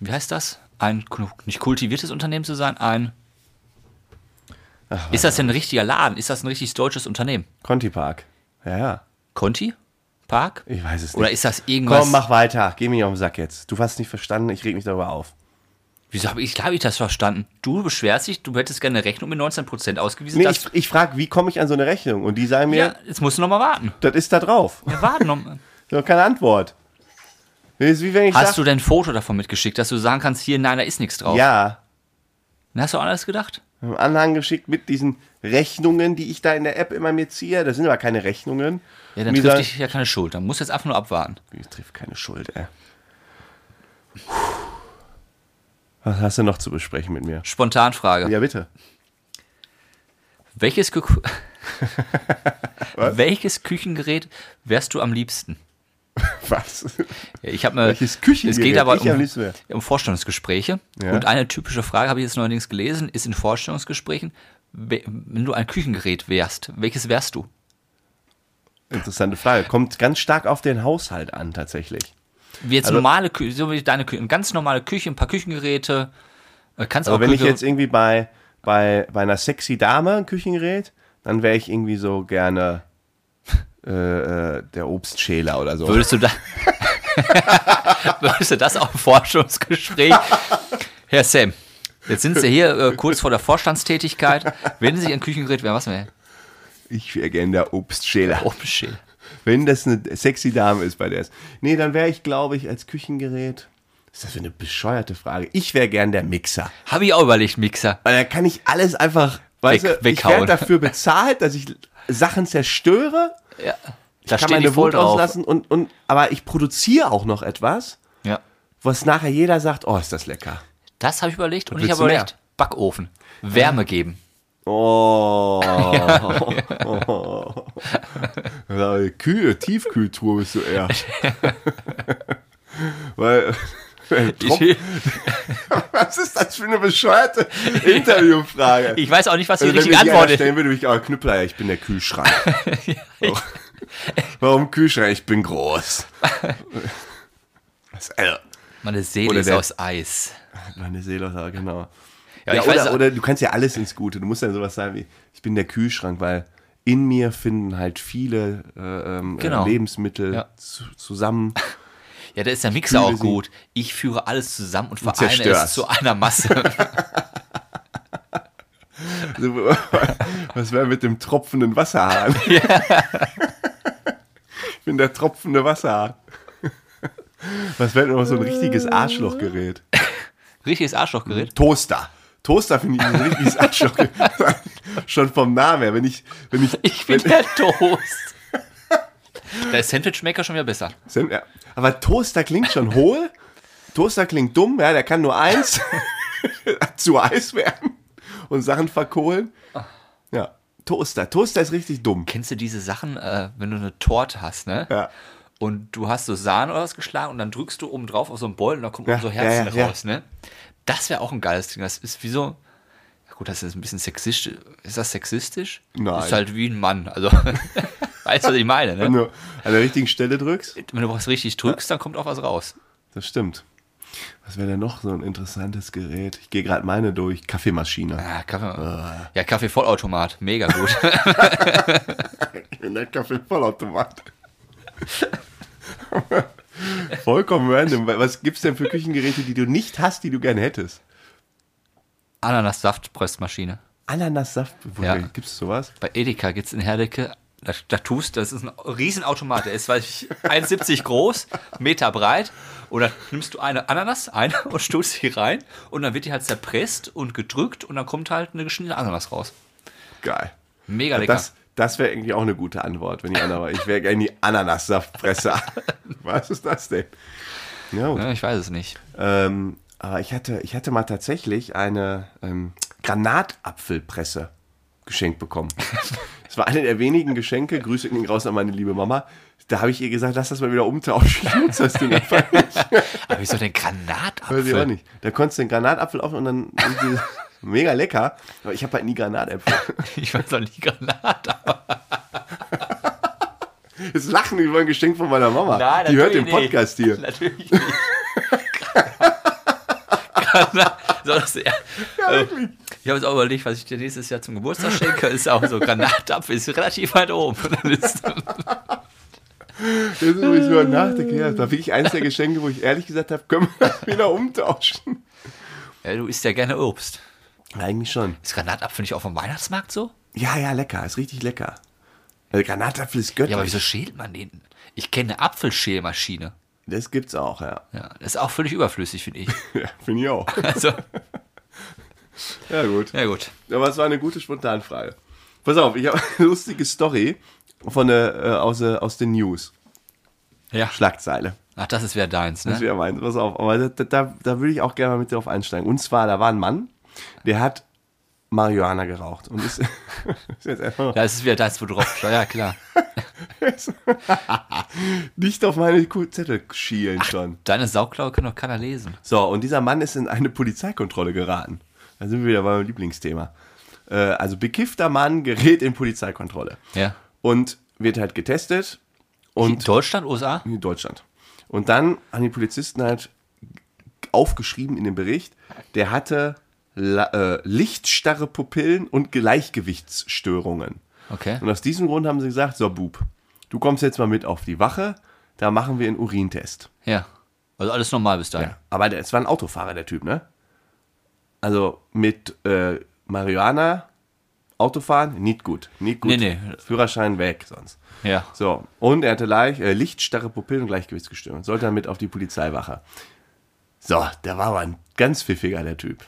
B: wie heißt das? Ein ku- nicht kultiviertes Unternehmen zu sein, ein. ist das denn ein richtiger Laden? Ist das ein richtig deutsches Unternehmen?
A: Conti Park. Ja, ja.
B: Conti? Park?
A: Ich weiß es nicht.
B: Oder ist das irgendwas?
A: Komm, mach weiter. Geh mir nicht auf den Sack jetzt. Du hast nicht verstanden. Ich reg mich darüber auf.
B: Wieso habe ich, glaube ich, das verstanden? Du beschwerst dich, du hättest gerne eine Rechnung mit 19% ausgewiesen.
A: Nee,
B: das,
A: ich ich frage, wie komme ich an so eine Rechnung? Und die sagen mir,
B: ja, jetzt musst du nochmal warten.
A: das ist da drauf.
B: Ja, warten noch.
A: Noch keine Antwort. Das ist wie wenn ich
B: Hast
A: sag,
B: du denn ein Foto davon mitgeschickt, dass du sagen kannst, hier, nein, da ist nichts drauf?
A: ja,
B: Dann hast du auch alles gedacht?
A: einen Anhang geschickt mit diesen Rechnungen, die ich da in der App immer mir ziehe. Das sind aber keine Rechnungen.
B: Ja,
A: Und
B: dann
A: die
B: trifft
A: sagen,
B: dich ja keine Schuld. Dann musst du jetzt einfach nur abwarten.
A: Ich triff keine Schuld, ey. Puh. Was hast du noch zu besprechen mit mir?
B: Spontanfrage.
A: Ja, bitte.
B: Welches, Gekü- Welches Küchengerät wärst du am liebsten?
A: Was?
B: Ich habe mir.
A: Welches Küchengerät?
B: Es geht aber
A: Ich am
B: um,
A: liebsten wär.
B: um Vorstellungsgespräche.
A: Ja.
B: Und eine typische Frage habe ich jetzt neuerdings gelesen: Ist in Vorstellungsgesprächen, we- wenn du ein Küchengerät wärst, welches wärst du?
A: Interessante Frage. Kommt ganz stark auf den Haushalt an, tatsächlich.
B: Wie
A: Also-
B: jetzt normale Küche, so wie deine Küche, eine ganz normale Küche, ein paar Küchengeräte. äh, Kannst
A: Aber
B: auch
A: wenn ich
B: Küche-
A: jetzt irgendwie bei, bei, bei einer sexy Dame ein Küchengerät, dann wäre ich irgendwie so gerne äh, äh, der Obstschäler oder so.
B: Würdest du, da, würdest du das auch im Forschungsgespräch? Herr Sam, jetzt sind Sie hier äh, kurz vor der Vorstandstätigkeit. Wenn Sie ein Küchengerät wären, was Oh, wäre?
A: Ich wäre gerne der Obstschäler.
B: Obstschäl.
A: Wenn das eine sexy Dame ist, bei der es. Nee, dann wäre ich, glaube ich, als Küchengerät. Was ist das für eine bescheuerte Frage? Ich wäre gern der Mixer.
B: Habe ich auch überlegt, Mixer.
A: Weil da kann ich alles einfach. Weißt du, ich
B: weghauen.
A: werde dafür bezahlt, dass ich Sachen zerstöre
B: Ja, da
A: kann
B: steht die
A: meine
B: voll
A: Wut
B: drauf.
A: auslassen und, und aber ich produziere auch noch etwas
B: Ja.
A: was nachher jeder sagt, oh, ist das lecker.
B: Das habe ich überlegt und ich
A: willst
B: habe
A: du
B: überlegt, Backofen. Wärme geben.
A: Oh. Ja, Kühe, Tiefkühltour bist du eher. Weil. Tropf- Was ist das für eine bescheuerte Interviewfrage?
B: Ich weiß auch nicht, was die
A: Also, wenn
B: richtige
A: mir die
B: Antwort
A: einer
B: ist.
A: stellen würde, würde ich auch Knüppler, ja, ich bin der Kühlschrank. Warum- Warum Kühlschrank? Ich bin groß. Das, äh,
B: Meine Seele
A: Oder
B: ist
A: der-
B: aus Eis.
A: meine Seele, ja, genau.
B: Ja,
A: Ja,
B: ich
A: oder,
B: weiß-
A: oder du kannst ja alles ins Gute. Du musst dann sowas sagen wie, ich bin der Kühlschrank, weil in mir finden halt viele äh, ähm,
B: Genau.
A: Lebensmittel
B: Ja.
A: zu, zusammen.
B: Ja, da ist der Mixer
A: Fühle
B: auch
A: sie.
B: gut. Ich führe alles zusammen und vereine es
A: zerstörst.
B: zu einer Masse.
A: Also, Was wäre mit dem tropfenden Wasserhahn? Ich bin der tropfende Wasserhahn. Was wäre denn noch so ein richtiges Arschlochgerät?
B: Richtiges Arschlochgerät.
A: Toaster. Toaster finde ich ein richtiges Arschlochgerät. Schon vom Namen her. Wenn ich, wenn ich,
B: Ich bin der Toast. Da ist Sandwich Maker schon wieder besser.
A: Sind, ja. Aber Toaster klingt schon hohl. Toaster klingt dumm, ja, der kann nur eins zu Eis werden und Sachen verkohlen. Ja, Toaster. Toaster ist richtig dumm.
B: Kennst du diese Sachen, äh, wenn du eine Torte hast, ne?
A: Ja.
B: Und du hast so Sahne oder was geschlagen und dann drückst du oben drauf auf so einen Beutel und dann kommt
A: Ja,
B: oben so
A: ja, ja,
B: Herzen
A: ja.
B: raus, ne? Das wäre auch ein geiles Ding. Das ist wie so. Ja gut, das ist ein bisschen sexistisch. Ist das sexistisch?
A: Nein.
B: Ist halt wie ein Mann. Also, weißt du, was ich meine,
A: Wenn
B: ne?
A: du an der richtigen Stelle drückst.
B: Wenn du was richtig drückst, dann kommt auch was raus.
A: Das stimmt. Was wäre denn noch so ein interessantes Gerät? Ich gehe gerade meine durch. Kaffeemaschine.
B: Ah, Kaffee.
A: Äh.
B: Ja, Kaffeevollautomat, mega gut.
A: Ich bin der Kaffeevollautomat. Vollkommen random. Was gibt's denn für Küchengeräte, die du nicht hast, die du gerne hättest?
B: Ananassaftpressmaschine.
A: Ananassaft.
B: Ja.
A: Gibt es sowas?
B: Bei Edeka gibt es in Herdecke, da, da tust, das ist ein Riesenautomat. Der ist, weiß ich, 1,70 groß, Meter breit. Und dann nimmst du eine Ananas, eine und stürzt sie rein. Und dann wird die halt zerpresst und gedrückt und dann kommt halt eine geschnittene Ananas raus.
A: Geil.
B: Mega lecker.
A: Das, das wäre eigentlich auch eine gute Antwort, wenn die Anna war. Ich wäre gerne die Ananassaftpresse. Was ist das denn? Ja, gut.
B: Ja, Ne, ich weiß es nicht.
A: Ähm, aber ich hatte, ich hatte mal tatsächlich eine ähm, Granatapfelpresse geschenkt bekommen. Das war eine der wenigen Geschenke. Grüße gehen raus an meine liebe Mama. Da habe ich ihr gesagt, lass das mal wieder umtauschen. Ich nutze das Ding einfach nicht.
B: Aber wieso denn
A: Weiß ich auch
B: Granatapfel?
A: nicht. Da konntest du den Granatapfel auf und dann. Mega lecker. Aber ich habe halt nie Granatäpfel.
B: Ich weiß auch nicht, Granatapfel.
A: Jetzt lachen die über ein Geschenk von meiner Mama.
B: Nein,
A: die hört den
B: natürlich nicht.
A: Podcast hier.
B: Natürlich nicht. Granat. So, das, ja. Äh, ich habe jetzt auch überlegt, was ich dir nächstes Jahr zum Geburtstag schenke. Ist auch so Granatapfel, ist relativ weit oben. Dann ist-
A: Das ist, wo ich so nachdenke. Ja, das war wirklich eins der Geschenke, wo ich ehrlich gesagt habe, können wir das wieder umtauschen?
B: ja, du isst ja gerne Obst.
A: Eigentlich schon.
B: Ist Granatapfel nicht auch vom Weihnachtsmarkt so?
A: Ja, ja, lecker. Ist richtig lecker. Also Granatapfel ist
B: Ja, aber
A: göttlich.
B: wieso schält man den? Ich kenne eine Apfelschälmaschine.
A: das gibt's auch, ja.
B: Ja, das ist auch völlig überflüssig, finde ich.
A: ja Finde ich auch.
B: Also,
A: Ja, gut.
B: ja gut.
A: Aber es war eine gute Spontanfrage. Pass auf, ich habe eine lustige Story von der, äh, aus, äh, aus den News.
B: Ja.
A: Schlagzeile.
B: Ach, das ist wieder deins,
A: Das
B: ne?
A: wäre meins, pass auf. Aber da, da- da, da würde ich auch gerne mal mit drauf einsteigen. Und zwar, da war ein Mann, der hat Marihuana geraucht und ist, ist jetzt einfach
B: Ja, das ist wieder deins, wo du drauf Ja, klar.
A: nicht auf meine Ku- Zettel schielen schon.
B: Deine Sauklaue kann doch keiner lesen.
A: So, und dieser Mann ist in eine Polizeikontrolle geraten. Da sind wir wieder beim Lieblingsthema. Äh, also bekiffter Mann gerät in Polizeikontrolle.
B: Ja.
A: Und wird halt getestet und
B: Deutschland, USA?
A: in Deutschland. Und dann haben die Polizisten halt aufgeschrieben in dem Bericht, der hatte la- äh, lichtstarre Pupillen und Gleichgewichtsstörungen.
B: Okay.
A: Und aus diesem Grund haben sie gesagt, so Bub, du kommst jetzt mal mit auf die Wache, da machen wir einen Urintest.
B: Ja. Also alles normal bis dahin.
A: Ja. Aber der- es war ein Autofahrer, der Typ, ne? Also mit äh, Marihuana, Autofahren, nicht gut. Nicht gut.
B: Nee, nee.
A: Führerschein weg sonst.
B: Ja.
A: So, und er hatte Leich, äh, lichtstarre Pupillen und Gleichgewichtsgestörung. Sollte damit auf die Polizeiwache. So, der war aber ein ganz pfiffiger, der Typ.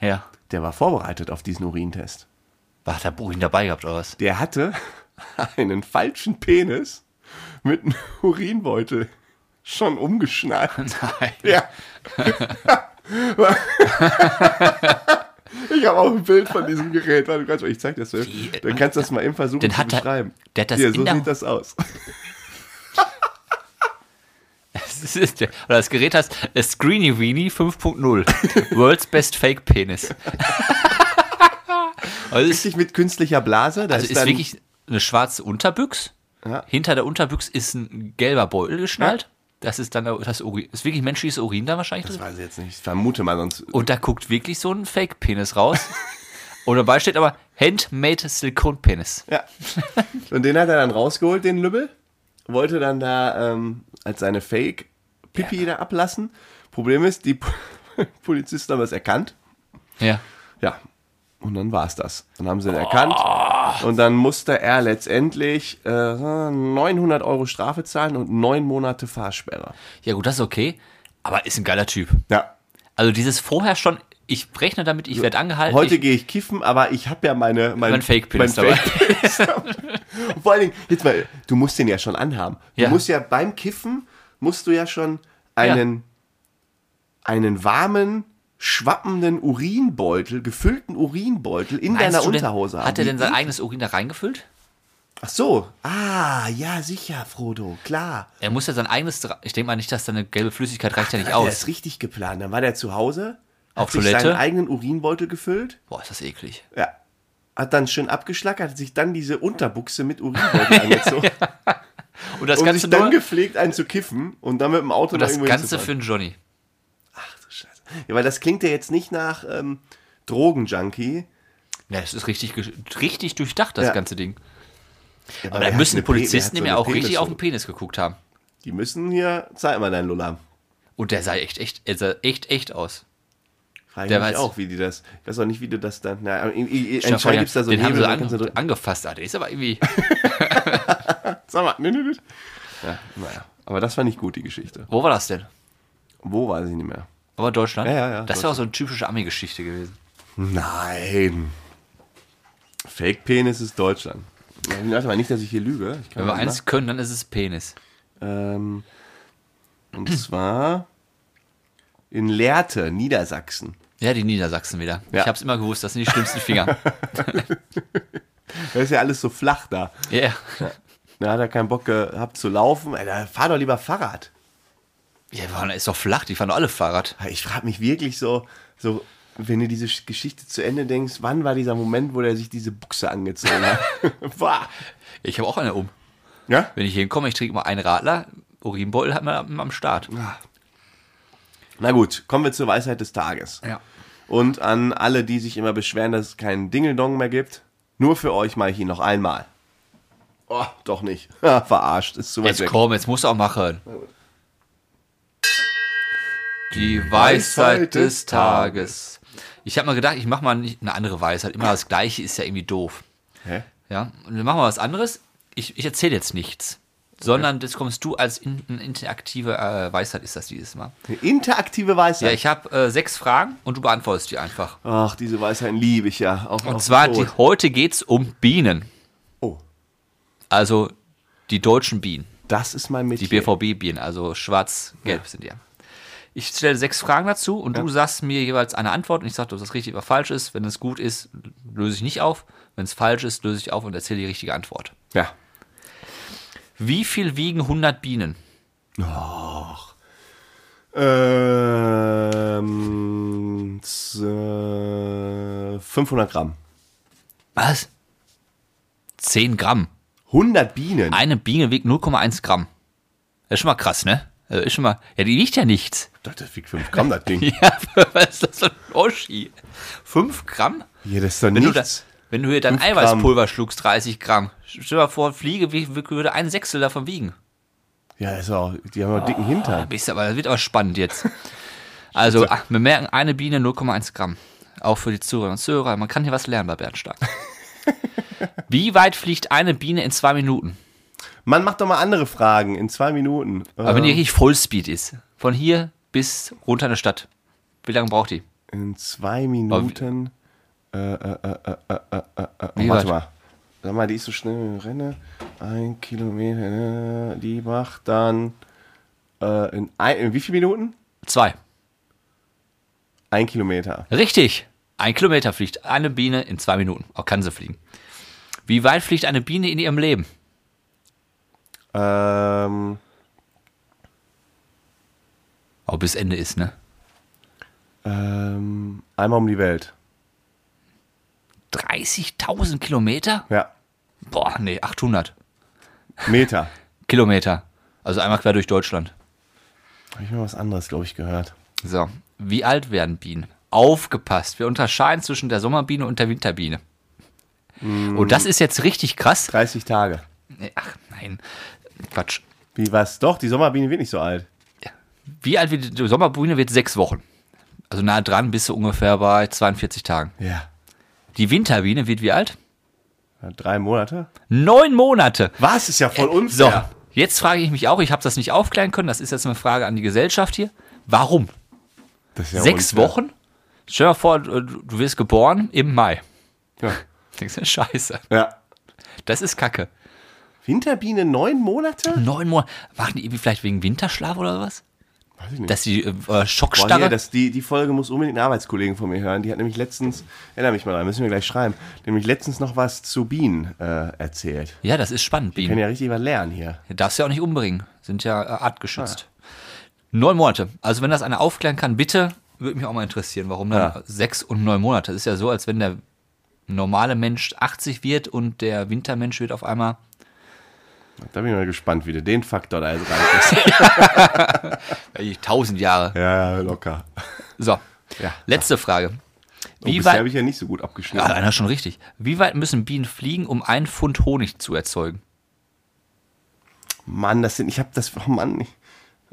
B: Ja.
A: Der war vorbereitet auf diesen Urintest.
B: War der Burin dabei gehabt oder was?
A: Der hatte einen falschen Penis mit einem Urinbeutel Schon umgeschnallt.
B: Nein.
A: Ja. ich habe auch ein Bild von diesem Gerät. Warte, Quatsch, Ich zeig das dir.
B: Wie?
A: Dann kannst du das mal eben versuchen
B: Den
A: zu
B: hat er-
A: beschreiben.
B: der hat das
A: Hier,
B: in
A: so
B: der-
A: sieht das aus.
B: Das, ist der, oder das Gerät heißt äh, Screeny Weenie 5.0. World's Best Fake Penis. also es ist,
A: Richtig mit künstlicher Blase. Da
B: also
A: ist,
B: ist
A: dann,
B: wirklich eine schwarze Unterbüchs.
A: Ja.
B: Hinter der Unterbüchs ist ein gelber Beutel geschnallt. Das ist dann der- das Urin. Ist wirklich menschliches Urin da wahrscheinlich
A: Das
B: drin.
A: weiß ich jetzt nicht. Ich vermute mal, sonst.
B: Und da guckt wirklich so ein Fake Penis raus. Und dabei steht aber Handmade Silicone Penis.
A: Ja. Und den hat er dann rausgeholt, den Lübbel. Wollte dann da ähm, als seine Fake Pipi da ablassen. Problem ist, die Po- Polizisten haben es erkannt.
B: Ja.
A: Ja. Und dann war es das. Dann haben sie ihn erkannt. Und dann musste er letztendlich äh, 900 Euro Strafe zahlen und neun Monate Fahrsperre.
B: Ja, gut, das ist okay. Aber ist ein geiler Typ.
A: Ja.
B: Also dieses vorher schon, ich rechne damit, ich werde angehalten.
A: Heute
B: ich,
A: gehe ich kiffen, aber ich habe ja meine, mein,
B: Mein Fake-Penis dabei.
A: Fake-Penis dabei. Und Vor allen Dingen, jetzt mal, du musst den ja schon anhaben. Du
B: Ja.
A: musst ja beim Kiffen, musst du ja schon einen, einen warmen, schwappenden Urinbeutel, gefüllten Urinbeutel in
B: Meinst
A: deiner
B: du denn,
A: Unterhose haben.
B: Hat er denn
A: Wie
B: sein eigenes Urin da reingefüllt?
A: Ach so. Ah, ja, sicher, Frodo, klar.
B: Er muss ja sein eigenes. dra- Ich denke mal nicht, dass da eine gelbe Flüssigkeit reicht ja nicht
A: Der
B: aus.
A: ist richtig geplant. Dann war der zu Hause, hat
B: Auf
A: sich
B: Toilette?
A: seinen eigenen Urinbeutel gefüllt,
B: Boah, ist das eklig.
A: ja. hat dann schön abgeschlackert, hat sich dann diese Unterbuchse mit Urinbeutel angezogen,
B: Und das
A: um
B: Ganze
A: sich dann
B: nur,
A: gepflegt einen zu kiffen und dann mit dem Auto
B: und
A: noch
B: das
A: irgendwo
B: Ganze für
A: hinzufahren.
B: einen Johnny.
A: Ach du Scheiße. Ja, weil das klingt ja jetzt nicht nach ähm, Drogenjunkie.
B: Ja, das ist richtig, ge- richtig durchdacht, das
A: Ja.
B: ganze Ding.
A: Ja,
B: Aber
A: wer
B: da
A: hat
B: müssen die
A: eine Pe- wer hat
B: Polizisten
A: so
B: ihm
A: eine
B: ja auch richtig
A: Penis-
B: auf den Penis geguckt haben.
A: Die müssen hier, zeig mal deinen Lulla.
B: Und der sah echt, echt, er sah echt, echt aus.
A: Frage
B: Der
A: ich mich
B: weiß-
A: auch, wie die das. Ich weiß auch nicht, wie du das dann. Na, aber i- i-
B: Stell dir vor,
A: anscheinend gibt es da so
B: den haben
A: Hebel,
B: sie
A: da kannst du
B: an,
A: drücken.
B: angefasst, Alter. Ist aber irgendwie.
A: Sag mal, nee, nee, nee. Ja, naja. Aber das war nicht gut, die Geschichte.
B: Wo war das denn?
A: Wo weiß ich nicht mehr.
B: Aber Deutschland?
A: Ja, ja, ja,
B: Das war auch so eine typische Ami-Geschichte gewesen.
A: Nein. Fake Penis ist Deutschland. Ich dachte mal nicht, dass ich hier lüge. Ich kann
B: Wenn wir
A: mal
B: eins können, dann ist es Penis.
A: nach- Ähm, und zwar in Lehrte, Niedersachsen.
B: Ja, die Niedersachsen wieder.
A: Ja.
B: Ich hab's immer gewusst, das sind die schlimmsten Finger.
A: Da ist ja alles so flach da.
B: Ja.
A: Da hat er keinen Bock gehabt zu laufen. Ey, da fahr doch lieber Fahrrad.
B: Ja, Mann, ist doch flach, die fahren doch alle Fahrrad.
A: Ich frage mich wirklich so, so, wenn du diese Geschichte zu Ende denkst, wann war dieser Moment, wo der sich diese Buchse angezogen hat? War.
B: Ich habe auch eine um.
A: Ja?
B: Wenn ich hier hinkomme, ich trinke mal einen Radler, Urinbeutel hat man am Start.
A: Na gut, kommen wir zur Weisheit des Tages.
B: Ja.
A: Und an alle, die sich immer beschweren, dass es keinen Dingeldong mehr gibt, nur für euch mache ich ihn noch einmal. Oh, doch nicht. Ha, Verarscht, ist zu weit
B: Jetzt
A: weg.
B: komm, jetzt muss auch machen. Die Weisheit des Tages. Ich habe mal gedacht, ich mache mal nicht eine andere Weisheit. Immer das Gleiche ist ja irgendwie doof.
A: Hä?
B: Ja, und wir machen mal was anderes. Ich, ich erzähle jetzt nichts, sondern jetzt kommst du als in, in- interaktive äh, Weisheit ist das dieses Mal.
A: Eine interaktive
B: Ja,
A: Weisheit.
B: ich habe äh, sechs Fragen und du beantwortest die einfach.
A: Ach, diese Weisheiten liebe ich ja. Auch,
B: Und zwar, die, heute geht's um Bienen.
A: Oh,
B: Also die deutschen Bienen,
A: das ist mein
B: die
A: Mädchen.
B: BVB-Bienen, also schwarz-gelb sind die ja. Ich stelle sechs Fragen dazu und du sagst mir jeweils eine Antwort und ich sage, ob das richtig oder falsch ist. Wenn es gut ist, löse ich nicht auf. Wenn es falsch ist, löse ich auf und erzähle die richtige Antwort.
A: Ja.
B: Wie viel wiegen 100 Bienen?
A: Ähm, z- äh, 500 Gramm.
B: Was? 10 Gramm.
A: 100 Bienen.
B: Eine Biene wiegt 0,1 Gramm. Das ist schon mal krass, ne? Also ist schon mal. Ja, die wiegt ja nichts.
A: Ich dachte, das wiegt 5 Gramm, das Ding.
B: Ja, was ist das für ein Oschi? 5 Gramm?
A: Hier, das ist doch
B: Wenn du,
A: nichts.
B: das, wenn du hier dein
A: Gramm.
B: Eiweißpulver schluckst, 30 Gramm. Stell dir mal vor, Fliege wie- wie- würde ein Sechstel davon wiegen.
A: Ja, das ist auch, die haben auch dicken Hintern.
B: Bist aber, das wird aber spannend jetzt. Also, ah, wir merken, eine Biene 0,1 Gramm. Auch für die Zuhörer und Zuhörer. Man kann hier was lernen bei Bernd Stark. Wie weit fliegt eine Biene in zwei Minuten?
A: Mann, mach doch mal andere Fragen in zwei Minuten.
B: Aber wenn die
A: Ähm,
B: richtig Vollspeed ist, von hier bis runter in die Stadt, wie lange braucht die?
A: in zwei Minuten. Äh, äh, äh, äh, äh, äh, äh,
B: Wie
A: warte
B: weit?
A: mal. Sag mal, die ist so schnell, wenn ich renne. Ein Kilometer, äh, die macht dann Äh, in, ein, in wie viel Minuten?
B: Zwei.
A: Ein Kilometer.
B: Richtig. Ein Kilometer fliegt eine Biene in zwei Minuten. Auch kann sie fliegen. Wie weit fliegt eine Biene in ihrem Leben?
A: Ähm,
B: Oh, bis Ende ist, ne?
A: ähm, einmal um die Welt.
B: 30.000 Kilometer?
A: Ja.
B: Boah, nee, 800
A: Meter.
B: Kilometer. Also einmal quer durch Deutschland.
A: Habe ich mal was anderes, glaube ich, gehört.
B: So, wie alt werden Bienen? Aufgepasst, wir unterscheiden zwischen der Sommerbiene und der Winterbiene. Und das ist jetzt richtig krass.
A: 30 Tage.
B: Nee, Ach nein, Quatsch.
A: Wie was? Doch, die Sommerbiene wird nicht so alt.
B: Wie alt wird die Sommerbiene? Wird sechs Wochen. Also nah dran bist du ungefähr bei 42 Tagen.
A: Ja.
B: Die Winterbiene wird wie alt?
A: Drei Monate? Äh,
B: Neun Monate.
A: Was? Ist ja voll
B: Äh, So,
A: unfair.
B: jetzt frage ich mich auch, ich habe das nicht aufklären können, das ist jetzt eine Frage an die Gesellschaft hier. Warum?
A: Das ist ja äh,
B: Sechs
A: unfair.
B: Wochen? Stell dir mal vor, du du wirst geboren im Mai.
A: Ja.
B: Denkst du, scheiße.
A: ja.
B: Das ist Kacke.
A: Winterbiene neun Monate?
B: Neun Monate. Machen die irgendwie vielleicht wegen Winterschlaf oder was?
A: Weiß ich nicht.
B: Dass die äh,
A: Boah, hier,
B: Schockstarre.
A: das, die, die Folge muss unbedingt ein Arbeitskollegen von mir hören. Die hat nämlich letztens, erinnere mich mal dran, müssen wir gleich schreiben, nämlich letztens noch was zu Bienen äh, erzählt.
B: ja, das ist spannend,
A: Wir
B: Bienen.
A: können ja richtig was lernen hier.
B: Darfst du ja auch nicht umbringen. Sind ja äh, artgeschützt. Neun Monate. Also, wenn das einer aufklären kann, bitte, würde mich auch mal interessieren, warum dann
A: Ja.
B: sechs und neun Monate. Das ist ja so, als wenn der normale Mensch 80 wird und der Wintermensch wird auf einmal.
A: Da bin ich mal gespannt, wie du den Faktor da jetzt reinkommst.
B: Äh, 1000 Jahre.
A: ja, locker.
B: So.
A: Ja.
B: Letzte Frage.
A: Oh,
B: Wie
A: bisher habe
B: weit.
A: ich ja nicht so gut
B: Ja,
A: abgeschnitten.
B: einer schon richtig. Wie weit müssen Bienen fliegen, um einen Pfund Honig zu erzeugen?
A: Mann, das sind, ich habe das, oh Mann, ich,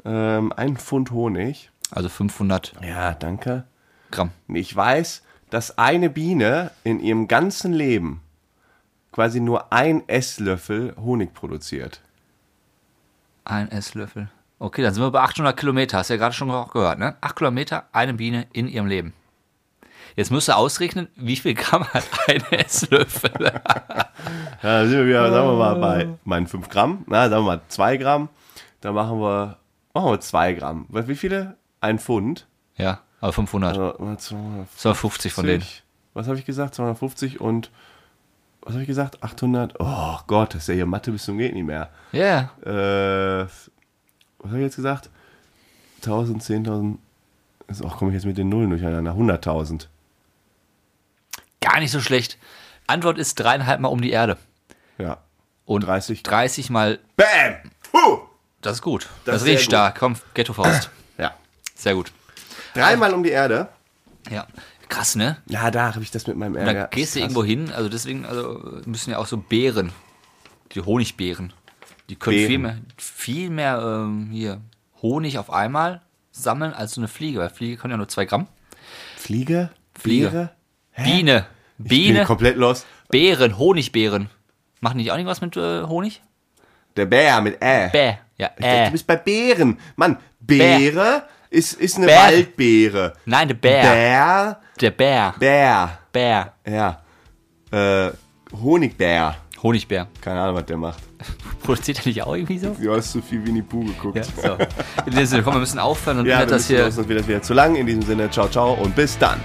A: ähm, ein Pfund Honig.
B: Also 500
A: Ja, danke.
B: Gramm.
A: Und Ich weiß, dass eine Biene in ihrem ganzen Leben quasi nur ein Esslöffel Honig produziert.
B: Ein Esslöffel. Okay, dann sind wir bei 800 Kilometer. Hast du ja gerade schon auch gehört, ne? 8 Kilometer, eine Biene in ihrem Leben. Jetzt musst du ausrechnen, wie viel Gramm hat ein Esslöffel?
A: Ja, da sind wir wieder, sagen wir mal, bei meinen 5 Gramm. Na, sagen wir mal 2 Gramm. Da machen wir, machen wir 2 Gramm. Weil Wie viele? Ein Pfund.
B: Ja, aber 500.
A: Also, mal 250.
B: 250 von denen.
A: Was habe ich gesagt? 250 und, was habe ich gesagt? 800. Oh Gott, das ist ja hier Mathe bis zum geht nicht mehr.
B: Ja, yeah.
A: Äh, was habe ich jetzt gesagt? 1000, 10.000. Ist auch komme ich jetzt mit den Nullen durcheinander. 100.000.
B: gar nicht so schlecht. Antwort ist dreieinhalb Mal um die Erde.
A: Ja.
B: Und
A: 30.
B: 30 mal,
A: Bam! Huh!
B: das ist gut.
A: Das
B: Das,
A: ist
B: ist richtig
A: sehr gut.
B: stark. Komm, Ghetto-Faust.
A: Ja.
B: Sehr gut.
A: Dreimal um die Erde.
B: Ja, krass, ne?
A: Ja, da habe ich das mit meinem
B: Da
A: Ärger.
B: gehst du
A: Krass.
B: irgendwo hin, also deswegen also müssen ja auch so Beeren, die Honigbeeren, die können viel
A: Beeren.
B: mehr, viel mehr ähm, hier Honig auf einmal sammeln als so eine Fliege, weil Fliege können ja nur zwei Gramm.
A: Fliege?
B: Fliege.
A: Beere?
B: Biene,
A: Ich bin
B: Biene,
A: komplett los.
B: Beeren, Honigbeeren. Machen die auch irgendwas mit äh, Honig?
A: Der Bär mit Ä.
B: Bäh, ja,
A: Ich dachte,
B: äh.
A: du bist bei Bären. Mann, Beere ist, ist eine
B: Bär.
A: Waldbeere.
B: Nein, der Bär,
A: Bär.
B: der Bär,
A: Bär.
B: Bär,
A: Ja. Äh, Honigbär.
B: Honigbär.
A: Keine Ahnung, was der macht.
B: Produziert er nicht auch irgendwie so?
A: Du hast zu viel Winnie Pooh geguckt.
B: Ja, so. In dem Sinne, komm, wir müssen aufhören und
A: Ja,
B: ja,
A: wir
B: das
A: müssen
B: hier
A: los, sonst wird das wieder zu lang. In diesem Sinne, ciao, ciao und bis dann.